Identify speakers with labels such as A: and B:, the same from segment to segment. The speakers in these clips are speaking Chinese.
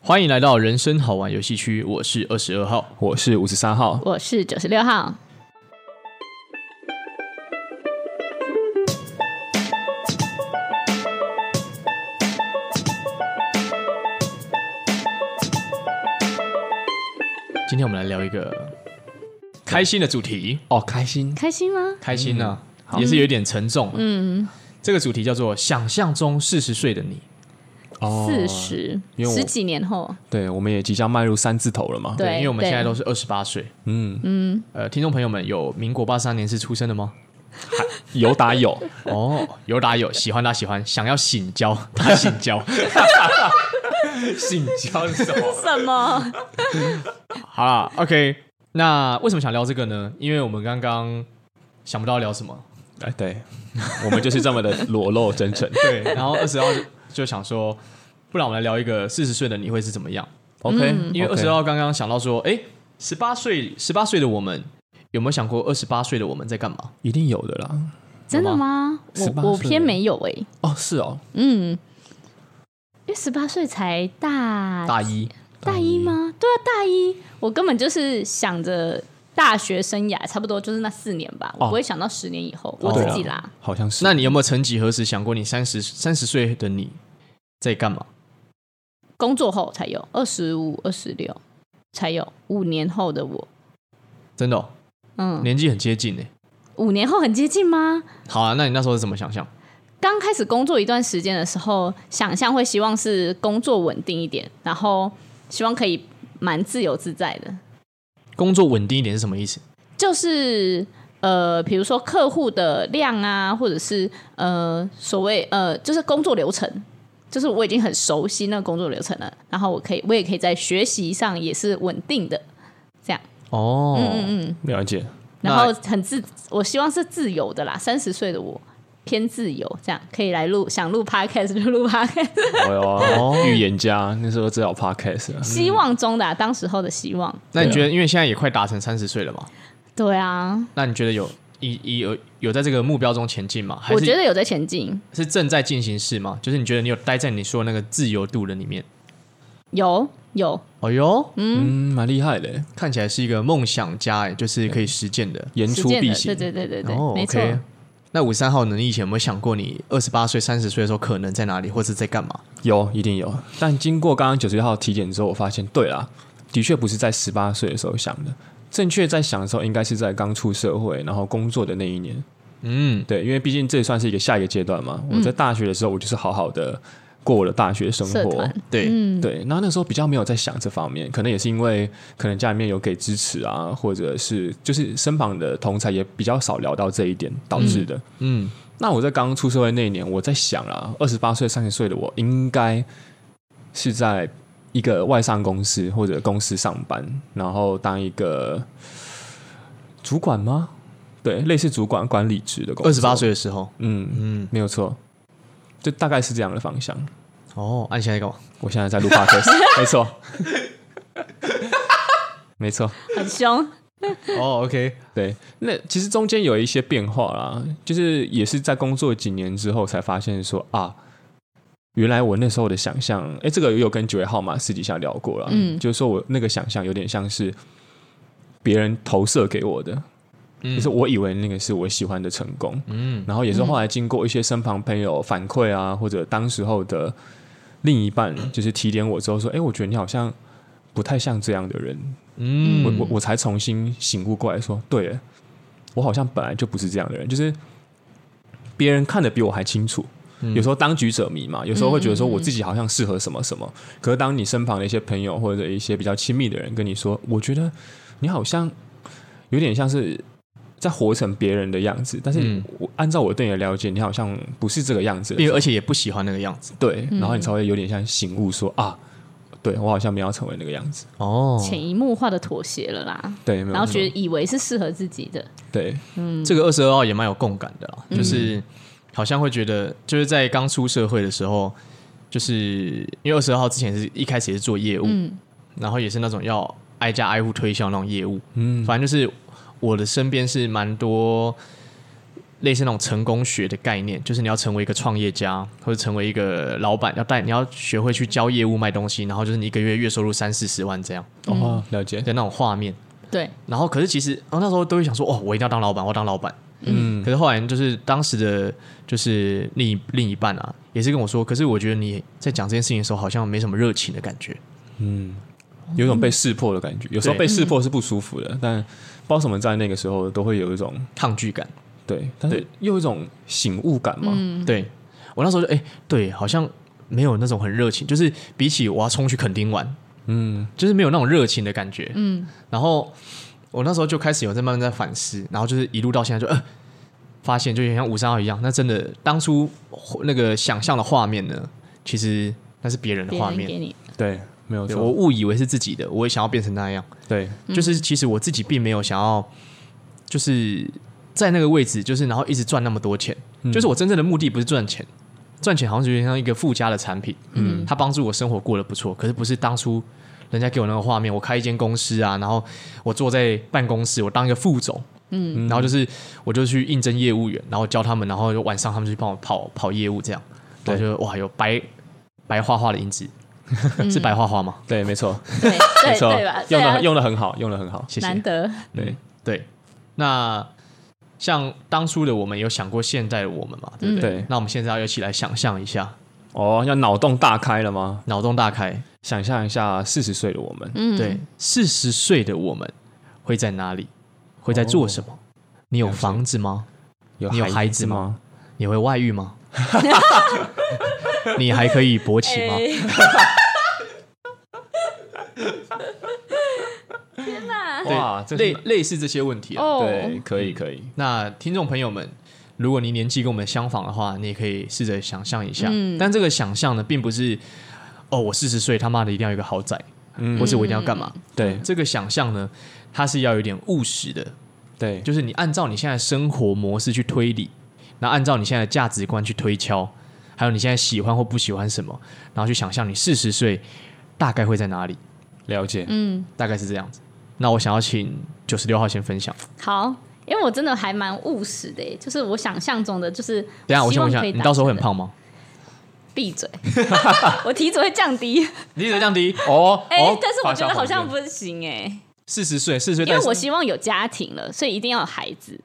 A: 欢迎来到人生好玩游戏区，我是二十二号。
B: 我是五十三号，
C: 我是九十六号。
A: 今天我们来聊一个开心的主题，
B: 哦，开心，嗯
C: 开心吗？
A: 开心呢、也是有一点沉重。嗯，这个主题叫做“想象中四十岁的你
B: 哦
C: 四十、
B: 因为我
C: 十几年后，
B: 对，我们也即将迈入三字头了嘛”，，
C: 对
A: 因为我们
C: 对
A: 现在都是二十八岁。
B: 嗯，
A: 呃，听众朋友们，有民国八三年是出生的吗？
B: 有打有，
A: 哦，有打有，喜欢打喜欢，想要醒交打醒 交，醒交是什么？
C: 什么？
A: 好啦，OK，那为什么想聊这个呢？因为我们刚刚想不到聊什 么，
B: 哎，对，我们就是这么的裸露真诚
A: 对，然后二十号就想说，不然我们来聊一个四十岁的你会是怎么样？
B: ，OK，
A: 因为二
B: OK
A: 十，号刚刚想到说，哎，十八岁十八岁的我们有没有想过二十八岁的我们在干嘛？
B: 一定有的啦，
C: 真的吗？
B: 18
C: 我我
B: 岁
C: 偏没有哎、
B: 哦，是哦，
C: 嗯，因为十八岁才大
A: 大一
C: 大一吗？对啊，大一，我根本就是想着大学生涯，差不多就是那四年吧，我不会想到十年以后，我
B: 哦对
C: 自
B: 啊
C: 己啦。
B: 好像是，
A: 那你有没有曾几何时想过，你三十三十岁的你在干嘛？
C: 工作后才有，二十五、二十六才有，五年后的我，
A: 真的哦、
C: 嗯，
A: 年纪很接近呢、
C: 五年后很接近吗？
A: 好啊，那你那时候是怎么想象？
C: 刚开始工作一段时间的时候，想象会希望是工作稳定一点，然后希望可以蛮自由自在的，
A: 工作稳定一点是什么意思？
C: 就是呃，比如说客户的量啊，或者是呃所谓呃，就是工作流程，就是我已经很熟悉那个工作流程了，然后我可以我也可以在学习上也是稳定的，
A: 哦，
B: 了解，
C: 然后很自，我希望是自由的啦，三十岁的我。偏自由，这样可以来录，想录 podcast 就录 podcast，
B: 哎呦
A: 哦
B: 啊，预言家那时候只好 podcast 了
C: 希望中的、啊、当时候的希望。
A: 那你觉得，因为现在也快达成三十岁了嘛，
C: 对啊，
A: 那你觉得有一一有有在这个目标中前进吗？还
C: 我觉
A: 是
C: 得有在前进，
A: 是正在进行式吗？就是你觉得你有待在你说的那个自由度的里面？
C: 有有，
A: 哦哟，
B: 嗯，蛮厉害的，
A: 看起来是一个梦想家哎，就是可以实践的。
B: 言
C: 实
B: 出
C: 践
B: 必
C: 的，
B: 行
C: 对，对对对对，
A: 哦
C: 没错。
A: ，OK。那五三号呢？你以前有没有想过，你二十八岁、三十岁的时候可能在哪里，或是在干嘛？
B: 有，一定有。但经过刚刚九十一号体检之后，我发现，对啦，的确不是在十八岁的时候想的，正确在想的时候，应该是在刚出社会，然后工作的那一年。
A: 嗯，
B: 对，因为毕竟这也算是一个下一个阶段嘛。我在大学的时候，我就是好好的过我的大学生
C: 嗯社
B: 活
C: 团。
A: 对，
B: 对，那那时候比较没有在想这方面，可能也是因为可能家里面有给支持啊，或者是就是身旁的同才也比较少聊到这一点导致的。
A: 嗯，
B: 那我在刚出社会那一年，我在想啦，二十八岁、三十岁的我，应该是在一个外商公司或者公司上班，然后当一个主管吗？对，类似主管管理职的工作。
A: 二十八，岁的时候，
B: 嗯嗯，没有错，就大概是这样的方向。
A: 哦，那、你现在干嘛？
B: 我现在在录 podcast，没错， 没错。
C: 很凶，
A: 哦，OK，
B: 对，那其实中间有一些变化啦，就是也是在工作几年之后才发现说啊，原来我那时候的想象，哎，这个有跟九月号码私底下聊过了，
C: 嗯
B: 就是说我那个想象有点像是别人投射给我的，就是我以为那个是我喜欢的成功，
A: 嗯，
B: 然后也是后来经过一些身旁朋友反馈啊，或者当时候的另一半就是提点我之后说，哎，我觉得你好像不太像这样的人，
A: 嗯，
B: 我我我才重新醒悟过来说，对耶，我好像本来就不是这样的人，就是别人看得比我还清楚。
A: 嗯
B: 有时候当局者迷嘛，有时候会觉得说我自己好像适合什么什么，可是当你身旁的一些朋友或者一些比较亲密的人跟你说，我觉得你好像有点像是在活成别人的样子，但是
A: 嗯
B: 我按照我对你的了解，你好像不是这个样子的时候，
A: 并而且也不喜欢那个样子。
B: 对，
C: 嗯
B: 然后你才会有点像醒悟说啊，对我好像没有要成为那个样子，
A: 哦，
C: 潜移默化的妥协了啦，
B: 对，没有
C: 然后
B: 错
C: 觉得以为是适合自己的，
B: 对，
A: 这个二十二号也蛮有共感的啦，就是好像会觉得，就是在刚出社会的时候，就是因为二十二号之前是一开始也是做业务，然后也是那种要挨家挨户推销那种业务，
B: 嗯
A: 反正就是我的身边是蛮多类似那种成功学的概念，就是你要成为一个创业家或者成为一个老板，要带你要学会去教业务卖东西，然后就是你一个月月收入三四十万这样
C: 嗯
B: 哦，了解。
A: 的那种画面。
C: 对，
A: 然后可是其实，哦、那时候都会想说，哦，我一定要当老板，我要当老板。嗯，可是后来就是当时的，就是另一另一半啊，也是跟我说，可是我觉得你在讲这件事情的时候，好像没什么热情的感觉。
B: 有一种被识破的感
C: 嗯
B: 觉。有时候被识破是不舒服的，但不知道什么在那个时候都会有一种
A: 抗拒感。
B: 对，但是又有一种醒悟感嘛。
C: 嗯
A: 对我那时候就哎、对，好像没有那种很热情，就是比起我要冲去垦丁玩，嗯，就是没有那种热情的感觉。嗯，然后我那时候就开始有在慢慢在反思，然后就是一路到现在就呃。发现就有点像五三二一样，那真的当初那个想象的画面呢，其实那是别人的
C: 别
A: 画
C: 人
A: 面
C: 给，你，
B: 对，没有
A: 对我
B: 错。
A: 误以为是自己的，我也想要变成那样。
B: 对，
A: 就是其实我自己并没有想要，就是在那个位置，就是然后一直赚那么多钱。就是我真正的目的不是赚钱，赚钱好像就有点像一个附加的产品。嗯，它帮助我生活过得不错，可是不是当初人家给我那个画面，我开一间公司啊，然后我坐在办公室，我当一个副总。嗯，然后就是我就去应征业务员，然后教他们，然后晚上他们就帮我跑跑业务这样，我
B: 对
A: 就哇有白白花花的影子，是白花花吗？
B: 对，没错，
C: 对
B: 没
C: 对
B: 错
C: 对吧？，
B: 用
C: 对啊
B: 的用的很好，用的很好。
A: 谢谢。
C: 难得，
B: 对，
A: 对，那像当初的我们有想过现在的我们嘛，对
C: 嗯
A: 不对？
B: 对
A: 那我们现在要一起来想象一下，
B: 哦，要脑洞大开了吗？
A: 脑洞大开，
B: 想象一下四十岁的我们，
C: 嗯，
A: 对，四十岁的我们会在哪里？会在做什么？
C: 哦
A: 你有房子吗？
B: 有
A: 你有孩子
B: 子吗？
A: 你会外遇 吗？你还可以勃起吗？
C: 哎 天哪！
A: 对
B: 哇，这
A: 类
B: 是
A: 类似这些问题啊。
C: 哦，
B: 对，可以可以。
A: 那听众朋友们，如果您年纪跟我们相仿的话，你也可以试着想象一下。
C: 嗯
A: 但这个想象呢，并不是哦，我四十岁他妈的一定要有一个豪宅，
C: 嗯
A: 或是我一定要干嘛。
B: 对
A: 这个想象呢，它是要有点务实的，
B: 对，
A: 就是你按照你现在生活模式去推理，然后按照你现在的价值观去推敲，还有你现在喜欢或不喜欢什么，然后去想象你四十岁大概会在哪里，
B: 了解。
C: 嗯，
A: 大概是这样子。那我想要请九十六号先分享。
C: 好，因为我真的还蛮务实的耶，就是我想象中的，就是
A: 等一下，我先问一下，
C: 希望可以
A: 你到时候会很
C: 达成的，
A: 胖吗？
C: 闭嘴， 我体脂会 降低。
A: 你体脂降低
B: 哦，
C: 哎、
B: 哦
C: 但是我觉得好像，
B: 华小
C: 不行哎，
A: 四十岁，四十岁
C: 因
A: 但
C: 为
A: 是，
C: 我希望有家庭了，所以一定要有孩子。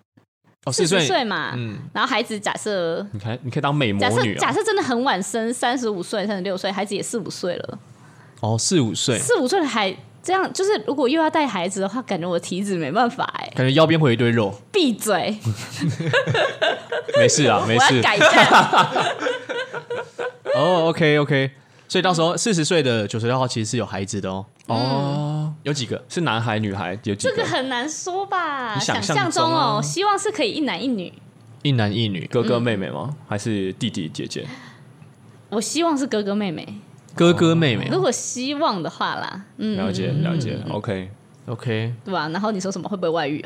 A: 哦
C: 四
A: 四
C: 十
A: 十
C: 岁，嘛，
A: 嗯，
C: 然后孩子假设
B: 你看，你可以当美
C: 假
B: 魔
C: 设
B: 女
C: 假
B: 啊。
C: 设真的很晚生，三十五岁、三十六岁，孩子也四五岁了，
A: 哦四五岁，
C: 四五岁的孩这样，就是如果又要带孩子的话，感觉我体脂没办法哎、
A: 感觉腰边会有一堆 肉。
C: 闭嘴，
B: 没事啊，没
C: 我要
B: 事。
C: 改 正。
A: 哦，OK OK，所以到时候四十岁的九十六号其实是有孩子的哦，
B: 哦，
A: 有几个？
B: 是男孩女孩有几
C: 这个
B: 个？
C: 很难说吧？
B: 你
C: 想
B: 想
C: 象
B: 象
C: 中
B: 中啊
C: 哦，希望是可以一男一女，
A: 一男一女，
B: 哥哥妹妹吗？
C: 嗯
B: 还是弟弟姐姐？
C: 我希望是哥哥妹妹。
A: 哥哥妹啊妹
C: 如果希望的话啦，嗯，
B: 了解了解，OK。
C: 哦
A: ，OK，
C: 对吧、然后你说什么会不会外遇？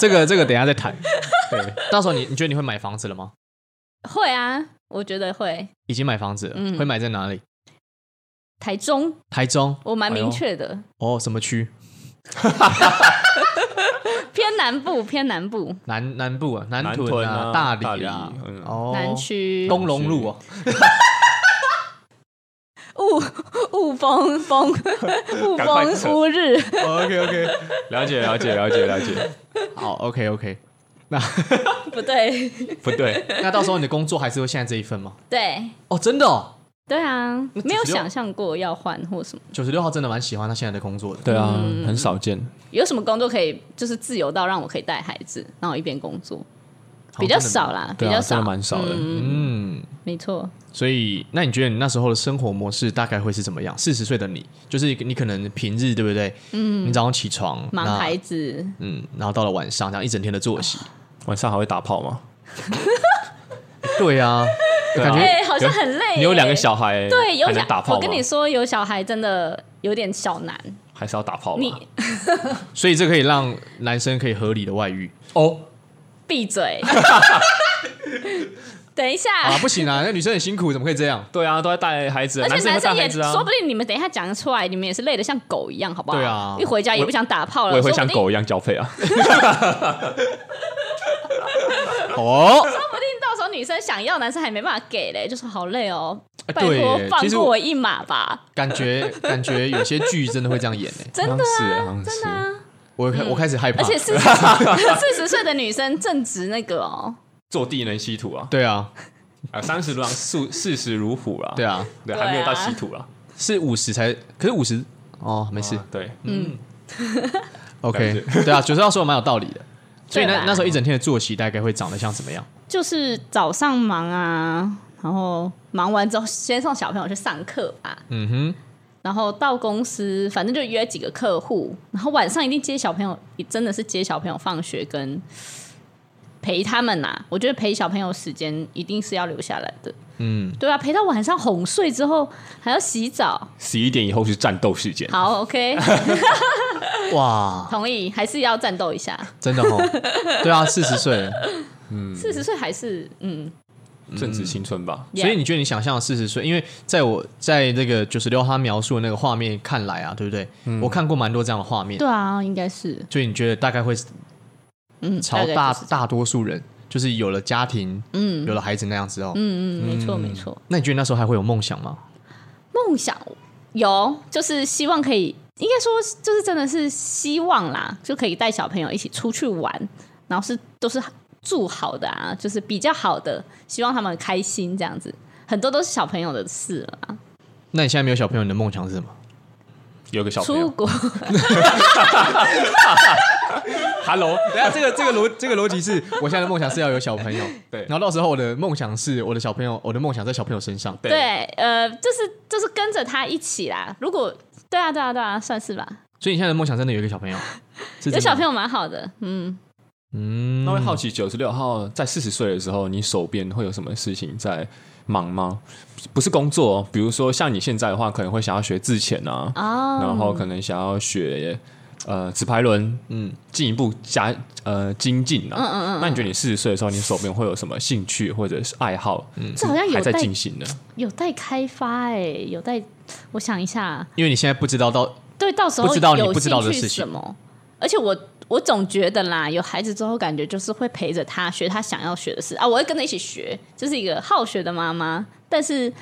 A: 这个这个等一下再谈。
B: 对，
A: 到时候你你觉得你会买房子了吗？
C: 会啊，我觉得会。
A: 已经买房子了，
C: 嗯
A: 会买在哪里？
C: 台中，
A: 台中
C: 我蛮
B: 哎呦
C: 明确的，
A: 哦，什么区？
C: 偏南部，偏南部，
A: 南南部啊，南
B: 南
A: 屯
B: 屯
A: 啊，
B: 啊
A: 大
B: 大
A: 理
B: 理
A: 啊，
B: 嗯
A: 哦，
C: 南区
A: 东龙路哦，
C: 雾雾峰峰雾
B: 赶快
C: 峰
B: 扯
C: 乌日，
A: OK OK，
B: 了解了解了解了解。
A: 好 OK OK，
C: 不对，
B: 不对，
C: 嗯
A: 那到时候你的工作还是会现在这一份吗？
C: 对
A: 哦，真的哦，
C: 对啊，没有
A: 96
C: 想象过要换或什么。
A: 九十六号真的蛮喜欢他现在的工作的。
B: 对啊，很少见。
C: 有什么工作可以就是自由到让我可以带孩子，然后一边工作，比较少啦，比
B: 对
C: 较
B: 啊，
C: 少，
B: 哦真的蛮少的。
A: 嗯，
C: 没错。
A: 所以那你觉得你那时候的生活模式大概会是怎么样？四十岁的你，就是你可能平日对不对？嗯，你早上起床，
C: 忙
A: 那
C: 孩子，
A: 嗯，然后到了晚上，这样一整天的作息。
B: 晚上还会打炮吗？
C: 哦
A: 对啊，
B: 对啊
A: 感觉
C: 哎、好像很累耶、
B: 你有两个小孩，
C: 对，有
B: 还能
C: 两
B: 打炮吗
C: 我跟你说，有小孩真的有点小难。
B: 还是要打炮吧？
C: 你
A: 所以这可以让男生可以合理的外 遇
B: 哦，
C: 闭 嘴，等一下。
A: 啊！不行啊，那女生很辛苦，怎么可以这样？
B: 对啊，都在带孩子，
C: 而且
B: 生
C: 男
B: 会带
C: 生也、
B: 孩子啊
C: 说，不定你们等一下讲出来，你们也是累得像狗一样，好不好？
A: 对啊
C: 一回家也不想打炮了，
B: 啊我也会
C: 说
B: 像
C: 不定
B: 狗一样交配啊。
A: 哦，
C: 不定到时候女生想要，男生还没办法给嘞，就说好累哦，
A: 哎
C: 拜
A: 对
C: 托
A: 耶，
C: 放
A: 其实
C: 过
A: 我
C: 我一马 吧，
A: 感觉感觉有些剧真的会这样演诶、
C: 真的
B: 好像是好
C: 啊，
B: 像是
C: 真的啊。
A: 我开、我开始害怕
C: 而，且四十四十岁的女生正值那个哦，
B: 坐地能吸土啊，
A: 对啊
B: 啊，三十如狼，四四十如虎啦，
A: 对
B: 啊，
A: 啊，
B: 对，
C: 对啊
B: 还没有到吸土啦，
A: 是五十才，可是五十哦没事、
B: 啊对，
C: 嗯
A: OK，
B: 了解
A: 对啊，九十号说的蛮有道理的，所以
C: 对
A: 那
C: 吧
A: 那时候一整天的作息大概会长得像什么样？
C: 就是早上忙啊，然后忙完之后先送小朋友去上课吧，
A: 嗯哼，
C: 然后到公司，反正就约几个客户，然后晚上一定接小朋友，也真的是接小朋友放学跟陪他们呐、我觉得陪小朋友时间一定是要留下来的，
A: 嗯，
C: 对啊，陪到晚上哄睡之后还要洗澡，
B: 十一点以后是战斗时间，
C: 好，OK，
A: 哇，
C: 同意，还是要战斗一下。
A: 真的哦， 对啊，四十岁了，
C: 四十岁还是嗯，
B: 正值青春吧，
C: Yeah
A: 所以你觉得你想象的四十岁？因为在我在这个九十六他描述的那个画面看来啊，对不对？我看过蛮多这样的画面，
C: 对啊，应该是
A: 所以你觉得大概会
C: 嗯，
A: 朝
C: 概
A: 大
C: 就是
A: 大多数人，就是有了家庭，
C: 嗯
A: 有了孩子那样之后，
C: 嗯嗯，没错没错。
A: 那你觉得那时候还会有梦想吗？
C: 梦想有，就是希望可以，应该说就是真的是希望啦，就可以带小朋友一起出去玩，然后是都是住好的啊，就是比较好的，希望他们开心这样子。很多都是小朋友的事了啊，
A: 那你现在没有小朋友，你的梦想是什么？
B: 有个小朋
C: 出
B: 友
C: 国
B: ，Hello，
A: 等下，这个这个逻这个逻辑是我现在的梦想是要有小朋 友，
B: 对
A: 然后到时候我的梦想是我的小朋友，我的梦想在小朋友身上，
B: 对
C: 对，呃，就是就是跟着他一起啦。如果对啊对啊对啊，算是吧。
A: 所以你现在的梦想真的有一个小朋 友，是
C: 有小朋
A: 友，
C: 友蛮好的，嗯，
A: 嗯，
B: 那会好奇九十六号在四十岁的时候，你手边会有什么事情在忙吗？不是工作哦，比如说像你现在的话，可能会想要学自潜啊，
C: 哦，
B: 然后可能想要学呃直排轮，嗯，进一步加呃精进啊。嗯嗯嗯那你觉得你四十岁的时候，你手边会有什么兴趣或者是爱好？嗯，
C: 这好像有
B: 还在
C: 待
B: 进行的。
C: 有待开发哎、有待，我想一下，啊
A: 因为你现在不知道到
C: 对，到时候
A: 不知道你
C: 有
A: 不知道的
C: 兴趣
A: 事情
C: 什么？而且我我总觉得啦，有孩子之后，感觉就是会陪着他学他想要学的事啊，我会跟他一起学，就是一个好学的妈妈。但是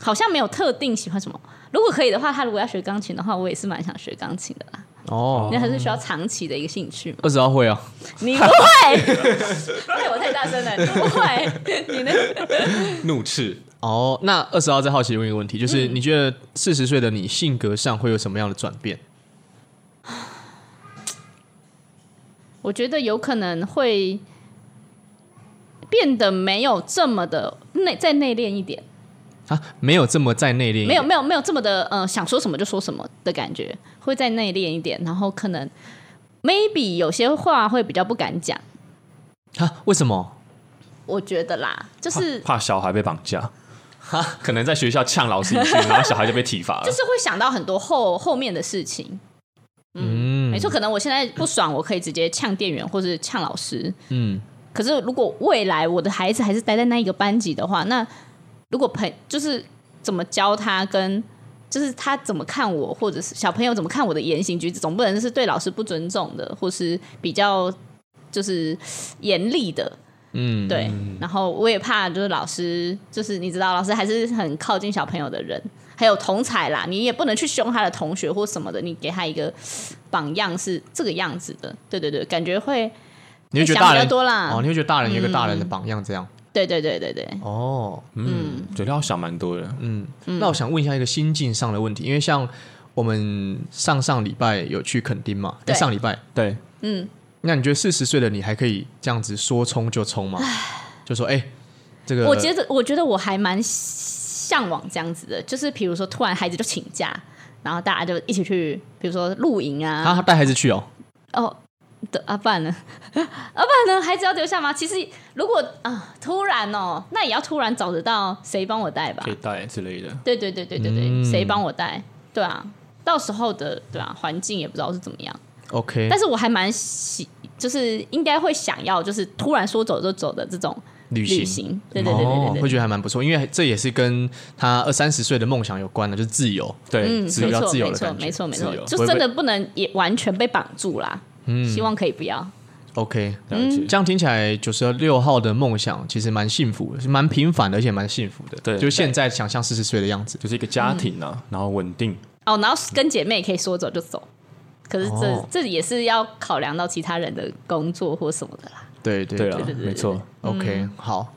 C: 好像没有特定喜欢什么。如果可以的话，他如果要学钢琴的话，我也是蛮想学钢琴的啦。
A: 哦
C: 那、，还是需要长期的一个兴趣 嘛？
A: 二十号会啊，
C: 你不会，对我太大声 了，你不会，你那
B: 怒斥
A: 哦，那二十号再好奇问一个问题，就是
C: 嗯
A: 你觉得四十岁的你性格上会有什么样的转变？
C: 我觉得有可能会变得没有这么的内再内敛一点。
A: 啊，没有这么在内敛，
C: 没有没有没有这么的呃，想说什么就说什么的感觉，会再内敛一点，然后可能 maybe 有些话会比较不敢讲，
A: 啊？为什么？
C: 我觉得啦，就是
B: 怕小孩被绑架，可能在学校呛老师一句，然后小孩就被体罚了
C: 就。是会想到很多后后面的事情。
A: 嗯，
C: 没错，，可能我现在不爽，我可以直接呛店员或者呛老师。
A: 嗯，
C: 可是如果未来我的孩子还是待在那一个班级的话，那如果朋就是怎么教他跟。就是他怎么看我，或者是小朋友怎么看我的言行举止，总不能是对老师不尊重的，或是比较就是严厉的，
A: 嗯，
C: 对。然后我也怕，就是老师，就是你知道，老师还是很靠近小朋友的人，还有同才啦，你也不能去凶他的同学或什么的，你给他一个榜样是这个样子的，对对对，感觉会
A: 你会觉得
C: 想
A: 大
C: 比较
A: 人
C: 多嗯啦
A: 哦，你会觉得大人有一个大人的榜样这样
C: 对对对对对，
A: 哦，
B: 嗯，九十六号想蛮多的。
A: 嗯，那我想问一下一个心境上的问题，因为像我们上上礼拜有去垦丁嘛，
C: 对
A: 诶上礼拜，
B: 对，
A: 那你觉得四十岁的你还可以这样子说冲就冲吗？就说哎、这个
C: 我觉得我觉得我还蛮向往这样子的，就是比如说突然孩子就请假，然后大家就一起去，比如说露营啊，
A: 啊，他带孩子去哦，
C: 哦，对啊，不然呢？ 啊，不然呢？孩子要留下吗？其实如果啊，突然哦，那也要突然找得到谁帮我带吧
B: 可以？带之类的。
C: 对对对对对对，
A: 嗯
C: 谁帮我带？对啊，到时候的对啊，环境也不知道是怎么样，
A: ，OK，
C: 但是我还蛮喜，就是应该会想要，就是突然说走就走的这种
A: 旅
C: 旅
A: 行。
C: 行。对对对对
A: 哦，
C: 对
A: 会
C: 对。
A: 觉得还蛮不错，因为这也是跟他二三十岁的梦想有关的，啊就是自由。
B: 对，
C: 嗯，
A: 自由
C: 没
A: 要
C: 错，
A: 自由嗯
C: 没
A: 的
C: 错，
A: 感觉
C: 没错，没
B: 自由
C: 错，就
A: 不会
C: 真的不能也完全被绑住啦。希望可以不要。
A: OK，
B: 了解
C: 嗯
A: 这样听起来九十六号的梦想其实蛮幸福的，是蛮平凡的，而且蛮幸福的。
B: 对
A: 就是现在想象四十岁的样子。
B: 就是一个家庭啊，
C: 嗯
B: 然后稳定，
C: 哦，然后跟姐妹可以说走就走。可是这、
A: 哦
C: 这也是要考量到其他人的工作或什么的啦。
A: 对对
B: 对啊，
C: 对对对
B: 没错。
C: 嗯
A: ，OK，好，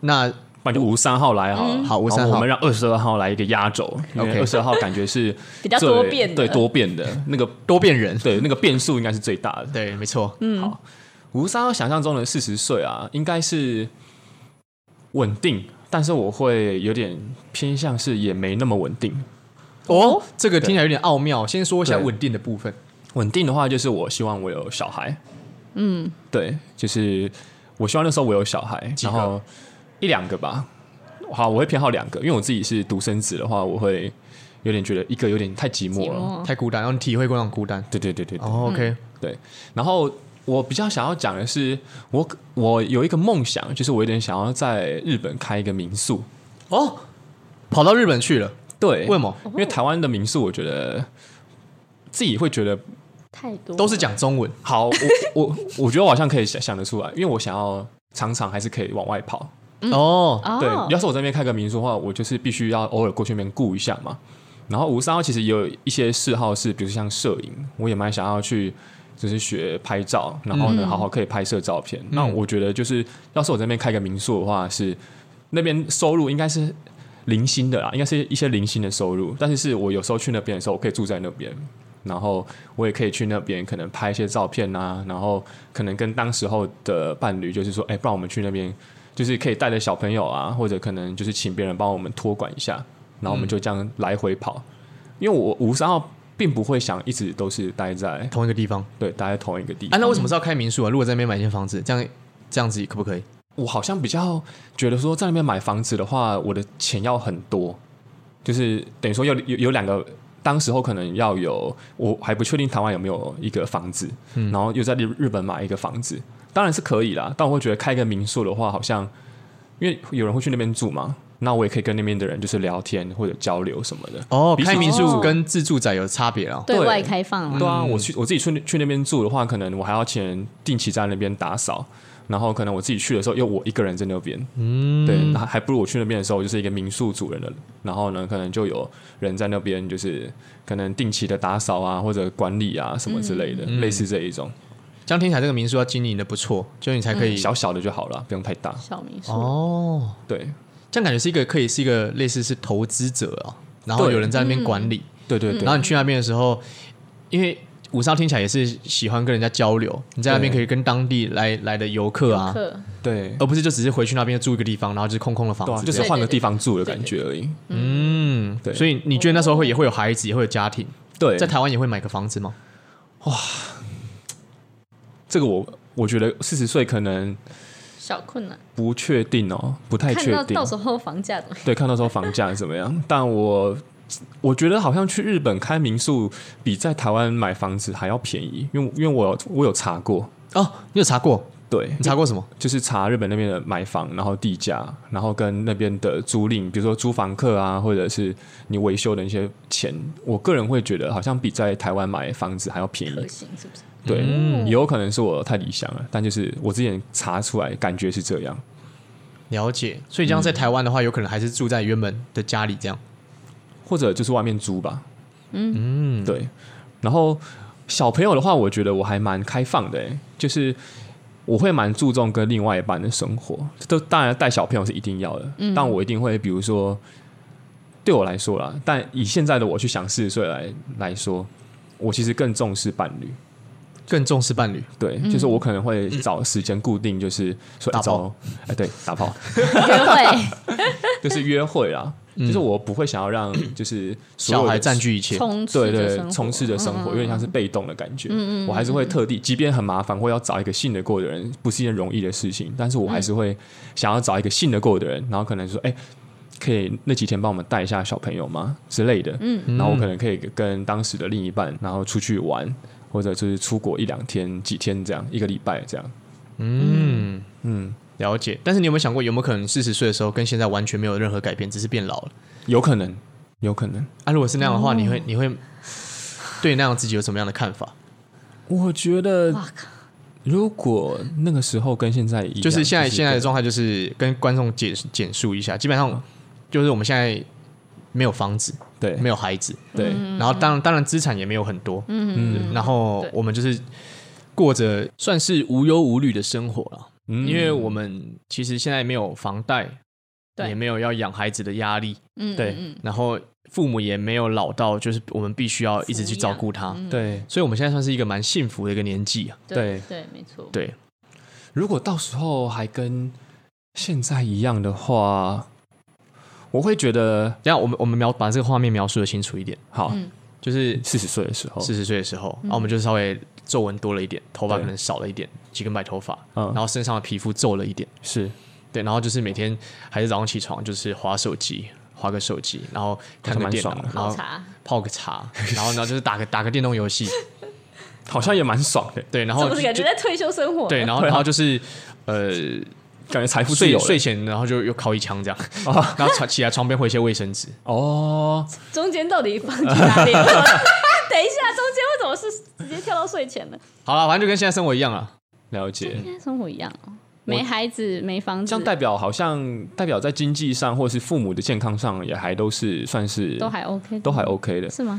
A: 那
B: 不然就五十三号来好
C: 嗯
B: 了，
A: 好53
B: 然后
A: 号
B: 我们让二十二号来一个压轴，因为
A: OK
B: 二十二号感觉是
C: 比较
B: 最
C: 多变的
B: 对多变的那个
A: 多变人。
B: 对那个变数应该是最大的。
A: 对，没错。
C: 嗯
B: 好，五十三号想象中的四十岁啊，应该是稳定，但是我会有点偏向是也没那么稳定。
A: 哦，这个听起来有点奥妙。先说一下
B: 对
A: 稳定的部分。
B: 稳定的话，就是我希望我有小孩。嗯，对，就是我希望那时候我有小孩，
A: 几
B: 然
A: 个
B: 后一两个吧。好，我会偏好两个，因为我自己是独生子的话，我会有点觉得一个有点太寂寞
C: 寂
B: 了。
C: 寞
A: 太孤单，然后你体会过那种孤单。
B: 对对对对对。
A: 哦，OK，
B: 对，然后我比较想要讲的是，我我有一个梦想，就是我有点想要在日本开一个民宿。
A: 哦，跑到日本去了，
B: 对，
A: 为什么？
B: 因为台湾的民宿，我觉得自己会觉得
C: 太多
A: 都是讲中文。
B: 好，我我我觉得我好像可以想想得出来，因为我想要常常还是可以往外跑。
A: 哦，
C: 哦，
B: 对，要是我在那边开个民宿的话，我就是必须要偶尔过去那边顾一下嘛。然后五十三号其实也有一些嗜好是，比如像摄影，我也蛮想要去，就是学拍照，然后呢，好好可以拍摄照片。那我觉得就是，要是我在那边开个民宿的话，是那边收入应该是零星的啦，应该是一些零星的收入。但是是我有时候去那边的时候，我可以住在那边，然后我也可以去那边可能拍一些照片啊，然后可能跟当时候的伴侣就是说，哎、不然我们去那边，就是可以带着小朋友啊，或者可能就是请别人帮我们托管一下，然后我们就这样来回跑。因为我五十号并不会想一直都是待在
A: 同一个地方。
B: 对待在同一个地
A: 啊，
B: 方，
A: 那为什么是要开民宿啊？如果在那边买一间房子，这样这样子可不可以？
B: 我好像比较觉得说在那边买房子的话，我的钱要很多，就是等于说有有有两个。当时候可能要有，我还不确定台湾有没有一个房子，然后又在日日本买一个房子，当然是可以啦。但我会觉得开个民宿的话，好像因为有人会去那边住嘛，那我也可以跟那边的人就是聊天或者交流什么的。
A: 哦，
B: 比起
A: 开民
C: 自
A: 宿
C: 助
A: 跟自住宅有差别啊。
C: 对
B: 对
C: 外开放了，
B: 对
A: 嗯
B: 啊，我去我自己去那去那边住的话，可能我还要请人定期在那边打扫，然后可能我自己去的时候又我一个人在那边，嗯，对，那还还不如我去那边的时候我就是一个民宿主人了，然后呢，可能就有人在那边就是可能定期的打扫啊或者管理啊什么之类的，
A: 嗯
B: 类似这一种
A: 这样听起来这个民宿要经营的不错，就你才可以。
B: 小小的就好了，不用太大，
C: 小民宿。
A: 哦，
B: 对，
A: 这样感觉是一个可以是一个类似是投资者啊，然后
B: 对
A: 有人在那边管理，
B: 对对对
A: 然，后你去那边的时候，因为。五少听起来也是喜欢跟人家交流，你在那边
B: 对
A: 可以跟当地来来的游客啊，
C: 客
B: 对。
A: 而不是就只是回去那边住一个地方，然后就是空空的房
B: 对啊，
A: 子
B: 就
A: 这样。
B: 是换个地方住的感觉而已。
A: 嗯，
B: 对
A: 所以你觉得那时候会也会有孩子，也会有家庭，
B: 对，
A: 在台湾也会买个房子吗？
B: 这个我我觉得四十岁可能
C: 小困难，
B: 不确定哦，不太确
C: 看到
B: 定。
C: 到时候房价怎么样？
B: 对，看到时候房价怎么样。但我我觉得好像去日本开民宿比在台湾买房子还要便宜，因为因为我有我有查过，
A: 哦，你有查过？
B: 对
A: 你，查过什么？
B: 就是查日本那边的买房，然后地价，然后跟那边的租赁，比如说租房客啊，或者是你维修的一些钱，我个人会觉得好像比在台湾买房子还要便
C: 可
B: 宜。
C: 行是不 是？
B: 对，也有可能是我太理想了，但就是我之前查出来感觉是这样。
A: 了解。所以这样在台湾的话，有可能还是住在原本的家里这样。
B: 或者就是外面租吧。嗯，对。然后小朋友的话，我觉得我还蛮开放的、欸，就是我会蛮注重跟另外一半的生活。都当然带小朋友是一定要的，但我一定会比如说，对我来说啦，但以现在的我去想四十岁来来说，我其实更重视伴侣。
A: 更重视伴侣，
B: 对，就是我可能会找时间固定，就是说
A: 打炮
B: 哎找哎、对，打炮，
C: 约会
B: 就是约会啦。就是我不会想要让就是所
A: 嗯小
B: 有的
A: 孩占据一切。
C: 充斥
B: 对
C: 着
B: 对
C: 生，活嗯
B: 充斥着生活，有点像是被动的感觉。我还是会特地，即便很麻烦，或要找一个信得过的人，不是一件容易的事情，但是我还
C: 嗯
B: 是会想要找一个信得过的人，然后可能说，哎、可以那几天帮我们带一下小朋友吗之类的。嗯，然后我可能可以跟当时的另一半，然后出去玩，或者就是出国一两天、几天这样，一个礼拜这样。
A: 了解。但是你有没有想过，有没有可能四十岁的时候跟现在完全没有任何改变，只是变老了？
B: 有可能，有可能。
A: 啊，如果是那样的话，你会你会对那样自己有什么样的看法？
B: 我觉得
C: 哇靠，
B: 如果那个时候跟现在一样，
A: 就是现在现在的
B: 对
A: 状态，就是跟观众简简述一下，基本上就是我们现在没有房子，
B: 对
A: 没有孩子，
C: 嗯
B: 对
A: 然后当当然资产也没有很多，
B: 嗯
A: 然后
C: 对
A: 我们就是过着算是无忧无虑的生活了，
B: 嗯
A: 因为我们其实现在没有房贷，
C: 对
A: 也没有要养孩子的压力，
C: 嗯，
B: 对
C: 嗯
A: 然后父母也没有老到就是我们必须要一直去照顾他，
B: 对
A: 所以我们现在算是一个蛮幸福的一个年纪啊，
C: 对
B: 对
C: 对，没错，
A: 对，
B: 如果到时候还跟现在一样的话，我会觉得
A: 这样我们我们描把这个画面描述的清楚一点，
B: 好。
C: 嗯
A: 就是
B: 四十岁的时候，
A: 四十岁的时候，啊然后我们就稍微皱纹多了一点，头发
B: 嗯对
A: 可能少了一点，几根白头发，
B: 嗯
A: 然后身上的皮肤皱了一点，
B: 是
A: 对，然后就是每天还是早上起床就是划手机，划个手机，然后看个
B: 蛮
A: 电脑
B: 爽的，
A: 然
C: 泡
A: 后
C: 茶
A: 泡个茶，然后呢就是打个打个电动游戏，
B: 好像也蛮爽的，
A: 对，然
C: 怎
A: 后
C: 么
A: 就
C: 感觉
A: 就
C: 在退休生活？
A: 对，然后然后就是呃
B: 感觉财富自
A: 睡哦
B: 由了
A: 睡前，然后就又敲一枪这样，然后床起来床边会一些卫生纸，
B: 哦，
C: 中间到底放去哪 里了？等一下，中间为什么是直接跳到睡前呢？
A: 好了，反正就跟现在生活一样啊了，
B: 了解。
C: 现在生活一样哦，没孩子，没房
B: 这
C: 子
B: 样，代表好像代表在经济上或是父母的健康上也还都是算是
C: 都还 OK，
B: 都还 OK 的。
C: 是吗？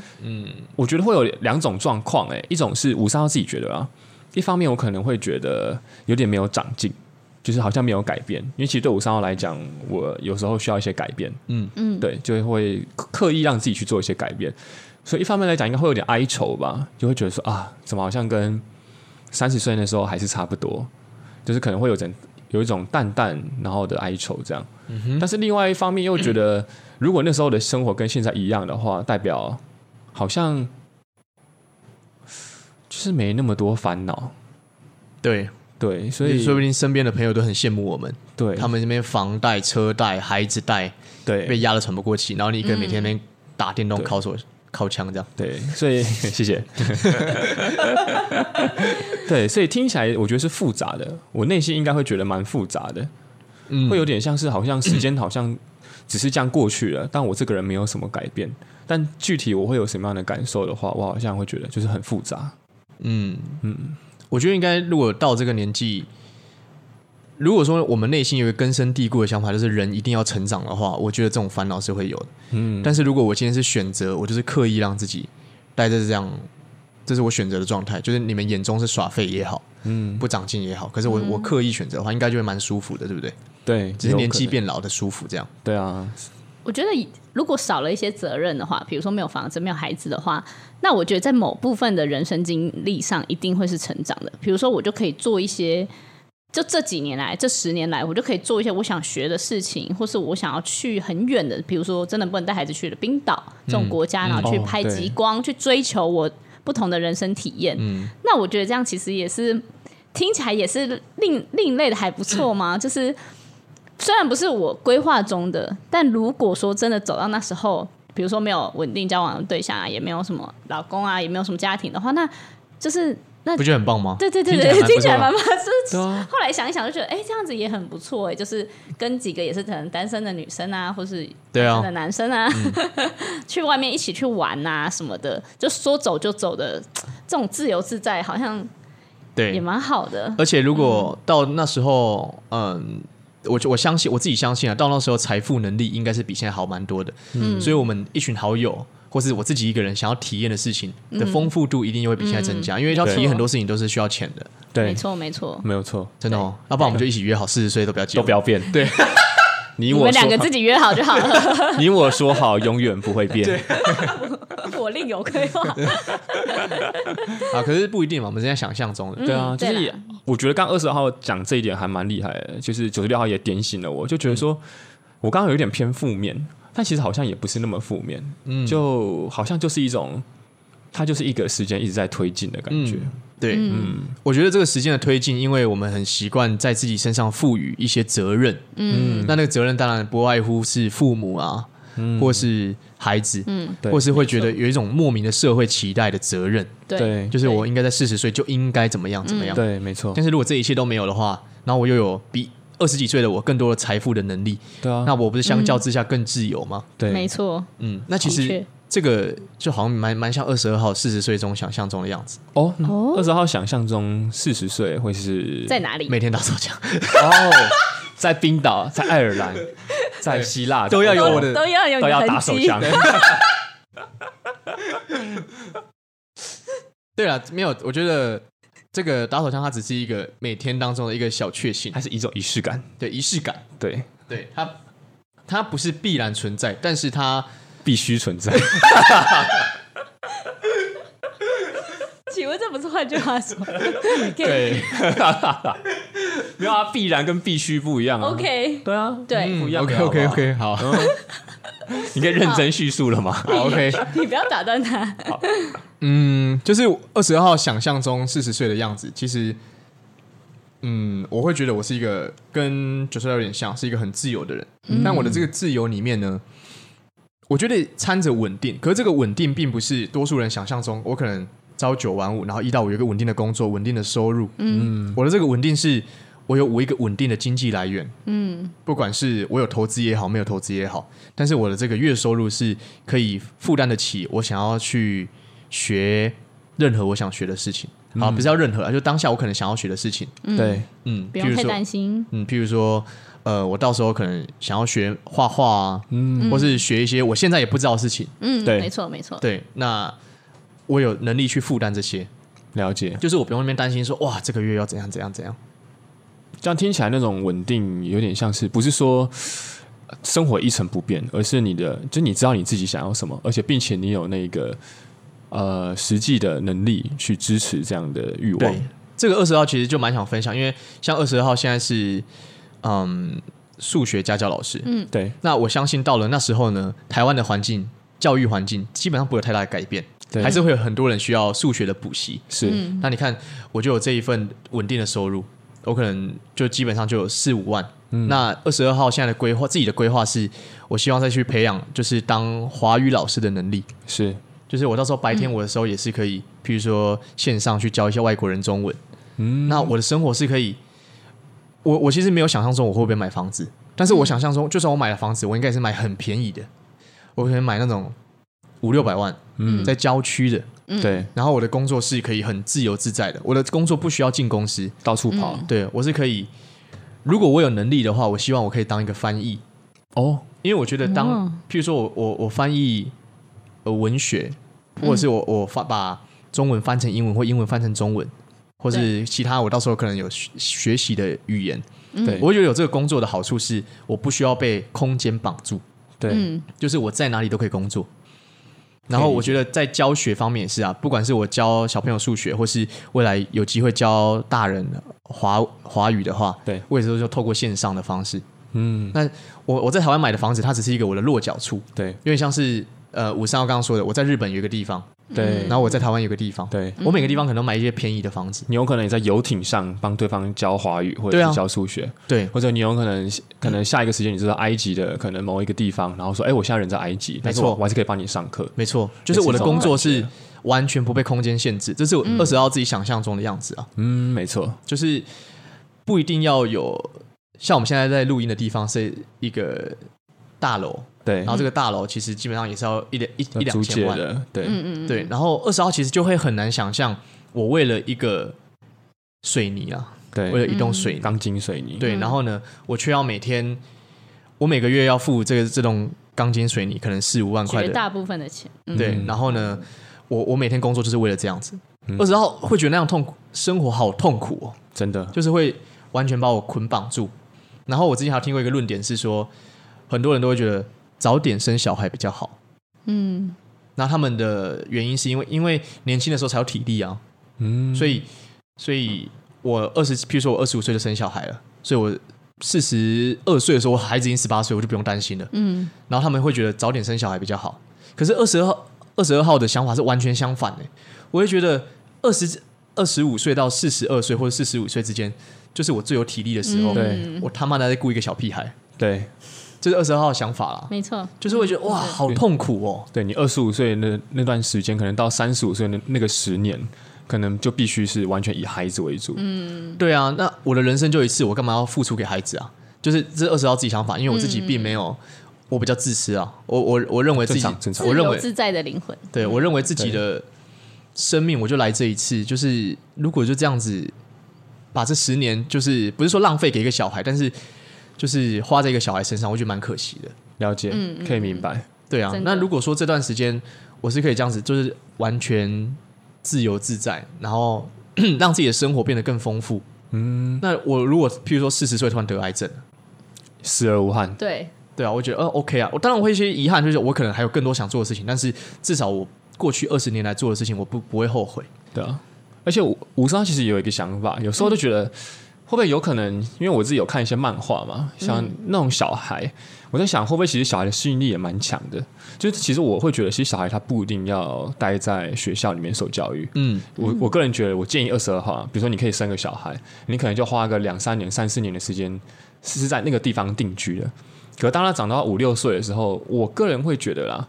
B: 我觉得会有两种状况，哎，一种是五三幺自己觉得啊，一方面我可能会觉得有点没有长进，就是好像没有改变，因为其实对五三幺来讲，我有时候需要一些改变，
A: 嗯
B: 嗯，对，就会刻意让自己去做一些改变，所以一方面来讲，应该会有点哀愁吧，就会觉得说啊，怎么好像跟三十岁那时候还是差不多，就是可能会有种有一种淡淡然后的哀愁这样，但是另外一方面又觉得，如果那时候的生活跟现在一样的话，代表好像就是没那么多烦恼，
A: 对，
B: 对，所
A: 所以
B: 以
A: 说不定身边的朋友都很羡慕我们，
B: 对
A: 他们那边房贷、车贷、孩子贷。被
B: 对
A: 压得喘不过气，然后你一个人每天
C: 嗯
A: 在那边打电动、靠手、靠枪这样。
B: 对，所以 谢谢。对，所以听起来我觉得是复杂的，我内心应该会觉得蛮复杂的，
A: 嗯
B: 会有点像是好像时间好像只是这样过去了，但我这个人没有什么改变。但具体我会有什么样的感受的话，我好像会觉得就是很复杂。
A: 嗯嗯，我觉得应该如果到这个年纪，如果说我们内心有一个根深蒂固的想法，就是人一定要成长的话，我觉得这种烦恼是会有的。嗯，但是如果我今天是选择，我就是刻意让自己待在这样，这是我选择的状态，就是你们眼中是耍废也好，嗯，不长进也好，可是我、
C: 嗯
A: 我刻意选择的话，应该就会蛮舒服的，对不对？
B: 对，
A: 只是
B: 有
A: 年
B: 可
A: 纪
B: 能
A: 变老的舒服这样。
B: 对啊，
C: 我觉得如果少了一些责任的话，比如说没有房子、没有孩子的话，那我觉得在某部分的人生经历上一定会是成长的。比如说，我就可以做一些，就这几年来、这十年来，我就可以做一些我想学的事情，或是我想要去很远的，比如说真的不能带孩子去的冰岛这种国家，然后去
B: 哦
C: 拍
B: 对
C: 极光，去追求我不同的人生体验。那我觉得这样其实也是听起来也是另另类的，还不错嘛。就是虽然不是我规划中的，但如果说真的走到那时候，比如说没有稳定交往的对象啊，也没有什么老公啊，也没有什么家庭的话，那就是那
A: 不觉得很棒吗？
C: 对对对
A: 听起来
C: 对，
A: 蛮不错的
C: 听起来蛮蛮就是
B: 对啊，
C: 后来想一想就觉得，哎、这样子也很不错哎、就是跟几个也是可能单身的女生啊，或是
A: 对啊
C: 单身的男生啊， 去外面一起去玩啊什么的，就说走就走的这种自由自在，好像
A: 对，
C: 也蛮好的。
A: 而且如果到那时候，嗯，我我相信我自己相信啊，到那时候财富能力应该是比现在好蛮多的。嗯，所以我们一群好友。或是我自己一个人想要体验的事情的丰富度，一定又会比现在增加，因为要体验很多事情都是需要钱的，
B: 对
C: 没，错，没错。
B: 没有错，
A: 真的哦。要不然我们就一起约好，四十岁都不要结
B: 都
A: 婚，
B: 不要变。 对，你
C: 你
B: 我
C: 们两
B: 说
C: 个自己约好就好 了，
B: 好，你我说好，永远不会变。
C: 我另有规划。
A: 啊。可是不一定嘛，我们是在想象中的。
B: 对啊，
C: 嗯
B: 就是
C: 对
B: 也
C: 啦
B: 我觉得刚二十号讲这一点还蛮厉害的，就是九十六号也点醒了我，就觉得说，我刚刚有点偏负面，但其实好像也不是那么负面，嗯，就好像就是一种，它就是一个时间一直在推进的感觉，
A: 对，嗯，我觉得这个时间的推进，因为我们很习惯在自己身上赋予一些责任，嗯，那那个责任当然不外乎是父母啊，或是孩子，嗯，
B: 对
A: 或是会觉得有一种莫名的社会期待的责任，
C: 对，
A: 就是我应该在四十岁就应该怎么样怎么样。
B: 嗯对，没错
A: 但，是如果这一切都没有的话，然后我又有比二十几岁的我更多的财富的能力，
B: 对啊，
A: 那我不是相较之下更自由吗？
B: 对，
C: 没错，
A: 嗯，那其
C: 的确
A: 实这个就好像蛮蛮像二十二号四十岁中想象中的样子，
B: 哦，
C: 哦
B: 二十号想象中四十岁会是
C: 在哪里？
A: 每天打手枪
B: 哦，在冰岛，在爱尔 兰，在希腊
A: 都要有我的
C: 都要有
B: 都要打手枪。
A: 对了，没有，我觉得这个打手枪它只是一个每天当中的一个小确幸
B: 还，是一种仪式感。
A: 对仪式感，
B: 哎对，
A: 对它它不是必然存在，但是它
B: 必须存在。
C: 请问这不是换句 话说？可以
A: 对
B: 没有啊，必然跟必须不一样啊。
C: OK
B: 对啊，
C: 对，
B: 不一嗯样
A: OK
B: 的
A: OK OK 好好
B: 你可以认真叙述了吗？
A: OK，
C: 你不要打断他。
A: 嗯，就是二十号想象中四十岁的样子，其实。嗯，我会觉得我是一个跟九十六有点像，是一个很自由的人。但我的这个自由里面呢，我觉得掺着稳定。可是这个稳定并不是多数人想象中，我可能朝九晚五，然后一到五有一个稳定的工作、稳定的收入。嗯，我的这个稳定是我有我一个稳定的经济来源。嗯，不管是我有投资也好，没有投资也好，但是我的这个月收入是可以负担得起我想要去学任何我想学的事情。好，不是要任何啊，就当下我可能想要学的事情。
B: 对，
A: 嗯，
C: 不
A: 譬
C: 用
A: 如
C: 太
A: 说
C: 担心，
A: 嗯，譬如说，呃，我到时候可能想要学画画啊，嗯，或是学一些我现在也不知道的事情，
C: 嗯，
B: 对
C: 没错没错，
A: 对，那我有能力去负担这些，
B: 了解。
A: 就是我不用那边担心说，哇，这个月要怎样怎样怎样，
B: 这样听起来那种稳定有点像是不是说呃生活一成不变，而是你的就你知道你自己想要什么，而且并且你有那个呃实际的能力去支持这样的欲望
A: 对。，这个二十号其实就蛮想分享，因为像二十号现在是，嗯，数学家教老师，嗯，
B: 对，
A: 那我相信到了那时候呢，台湾的环境。教育环境基本上不会有太大的改变，
B: 对
A: 还是会有很多人需要数学的补习。
B: 是、
C: 嗯
A: 那你看，我就有这一份稳定的收入，我可能就基本上就有四五万。那二十二号现在的规划，自己的规划是，我希望再去培养就是当华语老师的能力，
B: 是，
A: 就是我到时候白天我的时候也是可以，譬如说线上去教一些外国人中文。嗯，那我的生活是可以，我我其实没有想象中我会不会买房子，但是我想象中，就算我买了房子，我应该也是买很便宜的，我可能买那种五六百万，嗯，在郊区的，
B: 对，
A: 然后我的工作是可以很自由自在的，我的工作不需要进公司，
B: 到处跑、
A: 对我是可以，如果我有能力的话，我希望我可以当一个翻译，
B: 哦，
A: 因为我觉得当，
C: 哦
A: 譬如说我我我翻译呃文学，或者是我我翻把中文翻成英文，或英文翻成中文，或是其他我到时候可能有学学习的语言，
B: 对，
A: 我会觉得有这个工作的好处是，我不需要被空间绑住，
B: 对、
A: 就是我在哪里都可以工作。然后我觉得在教学方面也是啊，不管是我教小朋友数学，或是未来有机会教大人华华语的话，
B: 对
A: 我也是就透过线上的方式。嗯，那我我在台湾买的房子，它只是一个我的落脚处，
B: 对
A: 有点像是呃五三号刚刚说的，我在日本有一个地方，
B: 对，
A: 然后我在台湾有一个地方，
B: 对
A: 我每个地方可能都买一些便宜的房子，
B: 你有可能也在游艇上帮对方教华语或者
A: 对啊
B: 是教数学，
A: 对
B: 或者你有可能可能下一个时间你知道埃及的可能某一个地方，然后说，哎、我现在人在埃及，但是
A: 没错
B: 我我还是可以帮你上课。
A: 没错，就是我的
B: 这种
A: 工作
B: 感觉
A: 是完全不被空间限制，这是我二十号自己想象中的样子啊。
B: 嗯，没错，
A: 就是不一定要有像我们现在在录音的地方是一个大楼，
B: 对
A: 然，后这个大楼其实基本上也是要一两一一两
B: 嗯租
A: 千
B: 借
A: 万，嗯
B: 的，对，
C: 嗯
A: 对。然后二十号其实就会很难想象，我为了一个水泥啊，为了
B: 对，嗯
A: 一栋水泥，
B: 钢筋水泥，
A: 对，然后呢，我却要每天，我每个月要付这个这栋钢筋水泥可能四五万块
C: 绝
A: 的，
C: 大部分的钱，嗯
A: 对。然后呢，我我每天工作就是为了这样子。二十号会觉得那样痛苦，生活好痛苦哦。
B: 真的，
A: 就是会完全把我捆绑住。然后我之前还听过一个论点是说，很多人都会觉得早点生小孩比较好。
C: 嗯，
A: 那他们的原因是因为因为年轻的时候才有体力啊，
B: 嗯，
A: 所以所以我二十，譬如说我二十五岁就生小孩了，所以我四十二岁的时候，我孩子已经十八岁，我就不用担心了。嗯，然后他们会觉得早点生小孩比较好。可是二十二二十二号的想法是完全相反的、我会觉得二十二十五岁到四十二岁或者四十五岁之间，就是我最有体力的时
C: 嗯
A: 候。
B: 嗯对
A: 我他妈的在顾一个小屁孩，
B: 对，
A: 这是二十二号的想法啦。
C: 没错，嗯
A: 就是会觉得哇，好痛苦哦。
B: 对你二十五岁那那段时间，可能到三十五岁那那个十年，可能就必须是完全以孩子为主，
C: 嗯
A: 对啊，那
C: 嗯
A: 我的人生就一次，我干嘛要付出给孩子啊？就是这二十号自己想法，因为我自己并没有，我比较自私啊，我我我认为自己
B: 正常正常
A: 我
C: 自
A: 认
C: 由
A: 为
C: 自在的灵魂，
A: 对我认为自己的生命，我就来这一次，就是如果就这样子把这十年，就是不是说浪费给一个小孩，但是就是花在一个小孩身上，我觉得蛮可惜的。
B: 了解，
A: 嗯
B: 可以明白。
A: 对啊，
C: 真的
A: 那如果说这段时间我是可以这样子，就是完全自由自在，然后 让自己的生活变得更丰富。嗯，那我如果譬如说四十岁突然得癌症，
B: 死而无憾，
C: 对，
A: 对啊，我觉得呃 OK 啊，我当然我会一些遗憾，就是我可能还有更多想做的事情，但是至少我过去二十年来做的事情，我不不会后悔。
B: 对啊。而且我吴商其实也有一个想法，有时候就觉得会不会有可能，因为我自己有看一些漫画嘛，像那种小孩，我在想会不会其实小孩的适应力也蛮强的。就是其实我会觉得，其实小孩他不一定要待在学校里面受教育，
A: 嗯，
B: 我我个人觉得，我建议二十二号啊，比如说你可以生个小孩，你可能就花个两三年、三四年的时间是是在那个地方定居的。可是当他长到五六岁的时候，我个人会觉得啦，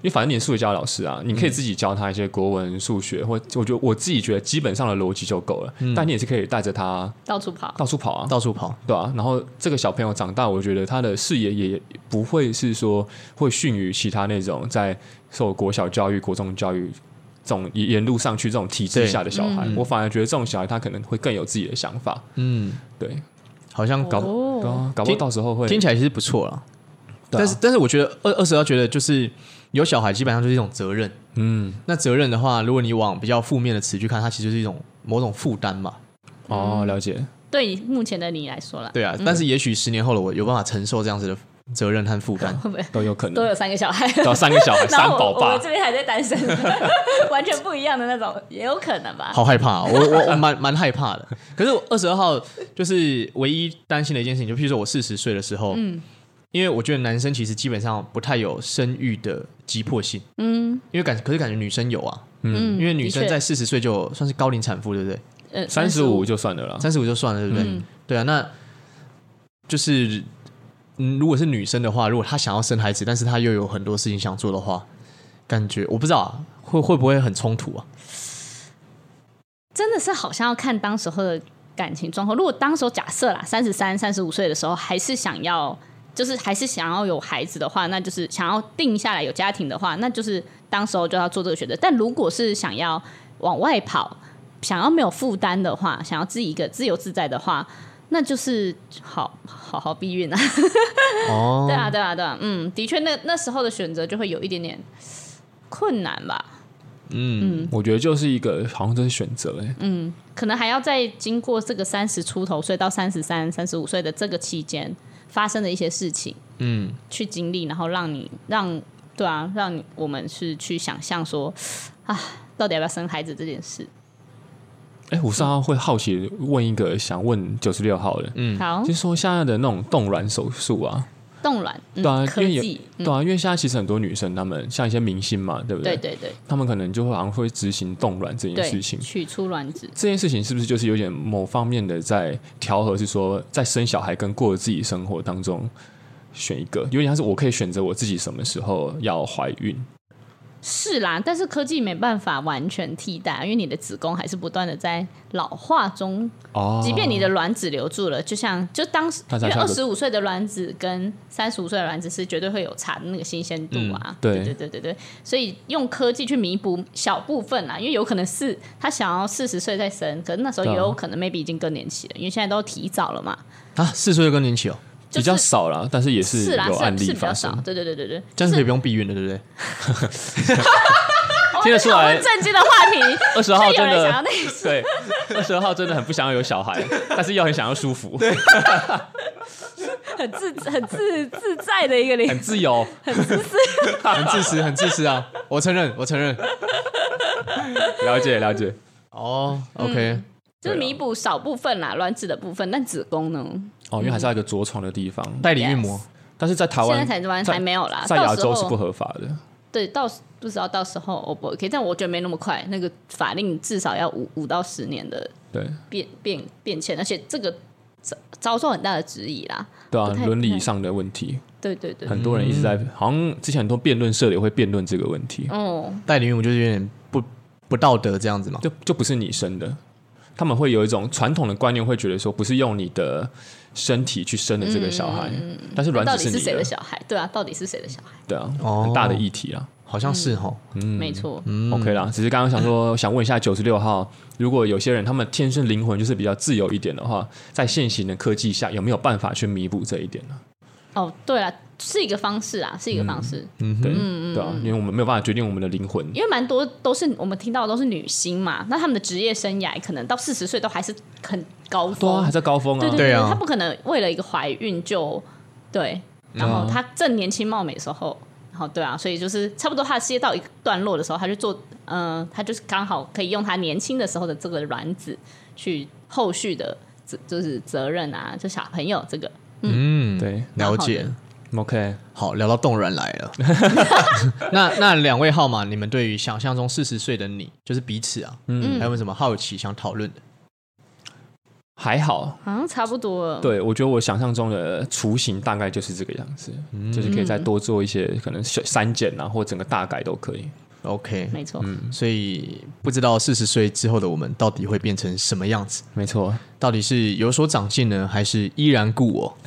B: 因为反正你也是数学教老师啊，你可以
A: 嗯
B: 自己教他一些国文、数学，或我觉得我自己觉得基本上的逻辑就够了。但你也是可以带着他
C: 到处跑，
B: 到处跑啊，
A: 嗯到处跑，
B: 对啊，然后这个小朋友长大，我觉得他的视野也不会是说会逊于其他那种在受国小教育、国中教育这种一沿路上去这种体制
A: 对
B: 下的小孩。
A: 嗯
B: 我反而觉得这种小孩他可能会更有自己的想法，
A: 嗯，
B: 对，
A: 好像搞、
B: 对
C: 哦，
B: 啊，搞不好
A: 听
B: 到时候会
A: 听起来其实不错了。
B: 对啊
A: 但是，但是我觉得二二十二觉得就是有小孩，基本上就是一种责任。
B: 嗯
A: 那责任的话，如果你往比较负面的词去看，它其实就是一种某种负担嘛。
B: 哦了解，
C: 对你目前的你来说啦，
A: 对啊，但是也许十年后的我有办法承受这样子的责任和负担。
C: 会不会
B: 都有可
C: 都
B: 能。
C: 有三个小孩？
B: 找三个小 孩，
C: 然
B: 三
C: 后
B: 宝
C: 我我
B: 爸
C: 们，这边还在单身， 完全不一样的那种，也有可能吧。
A: 好害怕、哦我我我蛮蛮害怕的。可是我二十二号就是唯一担心的一件事情，就譬如说我四十岁的时候，嗯，因为我觉得男生其实基本上不太有生育的急迫性，
C: 嗯
A: 因为感可是感觉女生有啊，
C: 嗯
A: 因为女生
C: 的确
A: 在四十岁就算是高龄产妇，对不对？
C: 呃
B: 三十五就算了啦。
A: 三十五就算了，对不对？
C: 嗯
A: 对啊，那就是、嗯，如果是女生的话，如果她想要生孩子，但是她又有很多事情想做的话，感觉我不知道、啊、会会不会很冲突啊？
C: 真的是好像要看当时候的感情状况。如果当时候假设啦，三十三、三十五岁的时候还是想要，就是还是想要有孩子的话，那就是想要定下来有家庭的话，那就是当时候就要做这个选择。但如果是想要往外跑，想要没有负担的话，想要自己一个自由自在的话，那就是好好好避孕啊。
A: 哦，
C: 对啊，对啊，对啊，嗯，的确，那那时候的选择就会有一点点困难吧。嗯
B: 我觉得就是一个好像这是选择哎、
C: 可能还要再经过这个三十出头岁到三十三、三十五岁的这个期间发生的一些事情，嗯，去经历，然后让你让对啊，让你我们是去想象说啊，到底要不要生孩子这件事。
B: 哎、我上会好奇问一个想问九十六号的，
A: 嗯
C: 好
B: 就，是说现在的那种冻卵手术啊，
C: 冻卵，嗯
B: 对啊
C: 科
B: 因为有
C: 技，嗯
B: 对啊，因为现在其实很多女生，她们像一些明星嘛，对不
C: 对对对
B: 她们可能就会好像会执行冻卵这件
C: 对，
B: 事情。
C: 取出卵子，
B: 这件事情是不是就是有点某方面的在调和？是说在生小孩跟过自己生活当中选一个，有点像是我可以选择我自己什么时候要怀孕。
C: 是啦，但是科技没办法完全替代，因为你的子宫还是不断的在老化中
B: 哦
C: 即便你的卵子留住了，就像就当时
B: 它
C: 因
B: 才
C: 为
B: 下
C: 二
B: 个
C: 十五岁的卵子跟三十五岁的卵子是绝对会有差的那个新鲜度啊，
B: 嗯对
C: 对对对对对，所以用科技去弥补小部分啊啦，因为有可能是他想要四十岁再生，可是那时候
B: 对啊
C: 也有可能 maybe 已经更年期了，因为现在都提早了嘛，
A: 啊，四十岁就更年期哦，
C: 就
B: 比较
C: 是
B: 少啦，但是也
C: 是啦
B: 有案
C: 是
B: 例
C: 是比较
B: 发
C: 少
B: 生，。
C: 对对对对对，
A: 这样是可以不用避孕的，对不对？
B: 听得出
C: 好
B: 来，
C: 正经的话题，
B: 二十
C: 就
B: 号
C: 有
B: 真
C: 人想要
B: 的
C: 那个
B: 对，二十号真的很不想要有小孩，但是又很想要舒服，
C: 很自很自自在的一个
B: 很
C: 脸，
B: 自由。
A: 很自私，很自私啊！我承认，我承认。
B: 了解了解，
A: 哦，OK，
C: 就是
B: 对啊
C: 弥补少部分啦，卵子的部分，但子宫呢？
B: 哦，因为还是要一个着床的地方，
A: 代理孕母，
B: 但是在台
C: 现
B: 湾
C: 在台湾还没有啦，
B: 在亚
C: 到时
B: 洲
C: 候
B: 是不合法的。
C: 对，到时不知道到时候 O 不 OK，但我觉得没那么快。那个法令至少要五五到十年的
B: 对
C: 变变变迁，而且这个遭遭受很大的质疑啦。
B: 对啊
C: 不，太嗯
B: 伦理上的问题，
C: 对对对，
B: 很多人一直在，好像之前很多辩论社也会辩论这个问题，
C: 哦，
A: 代理孕母就是有点不不道德这样子嘛。
B: 就就不是你生的，他们会有一种传统的观念，会觉得说不是用你的身体去生的这个小孩，
C: 嗯
B: 但是卵
C: 到
B: 子
C: 底
B: 你
C: 是谁
B: 的
C: 的小孩？对啊，到底是谁的小孩？
B: 对啊，
A: 哦
B: 很大的议题啊。
A: 好像是哦，
B: 嗯
C: 没错，
B: OK 啦，只是刚刚想说，想问一下九十六号，如果有些人他们天生灵魂就是比较自由一点的话，在现行的科技下，有没有办法去弥补这一点呢？
C: 哦，对了，是一个方式啊，是一个方
B: 嗯
C: 式，
B: 对，对啊，因为我们没有办法决定我们的灵魂，
C: 因为蛮多都是我们听到的都是女星嘛，那他们的职业生涯可能到四十岁都还是很高
B: 对
C: 峰，
B: 啊，还在高峰
C: 对
B: 啊
C: 对，
A: 对啊
C: 她不可能为了一个怀孕就对，然后她正年轻貌美的时候，然后对啊，所以就是差不多她的事业到一个段落的时候，她就做，嗯、她就是刚好可以用她年轻的时候的这个卵子去后续的责就是责任啊，就小朋友这个
A: 嗯，
B: 对
A: 了解。
B: ，OK，
A: 好，聊到动然来了。那那两位号码，你们对于想象中四十岁的你，就是彼此啊，
B: 嗯
A: 还有没有什么好奇想讨论的？
B: 还好，
C: 好像差不多了。
B: 对我觉得我想象中的雏形大概就是这个样子，就是可以再多做一些可能小删减啊，或整个大改都可以。
A: OK，
C: 没错，
A: 所以不知道四十岁之后的我们到底会变成什么样子？
B: 没错，
A: 到底是有所长进呢，还是依然故我？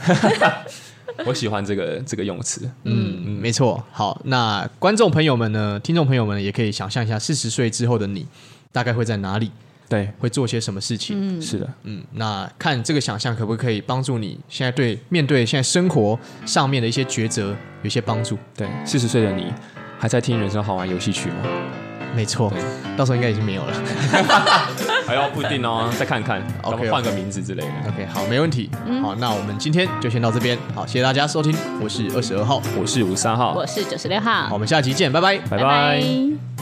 B: 我喜欢这个这个用词。
A: 嗯，没错。好，那观众朋友们呢，听众朋友们也可以想象一下，四十岁之后的你大概会在哪里，
B: 对，
A: 会做些什么事情？
B: 是的，
A: 嗯，那看这个想象可不可以帮助你现在对面对现在生活上面的一些抉择有一些帮助。
B: 对，四十岁的你还在听《人生好玩游戏区》吗？
A: 没错，到时候应该已经没有了。
B: 还要不一定 哦，再看看，
A: OK，
B: 咱们换个名字之类的。
A: OK，好，没问题。好，那我们今天就先到这边。好，谢谢大家收听，我是二十二号，
B: 我是五三号
C: 我，是九十六
A: 好，
C: 号
A: 我，们下期见，拜拜。
C: 拜
B: 拜拜。
C: 拜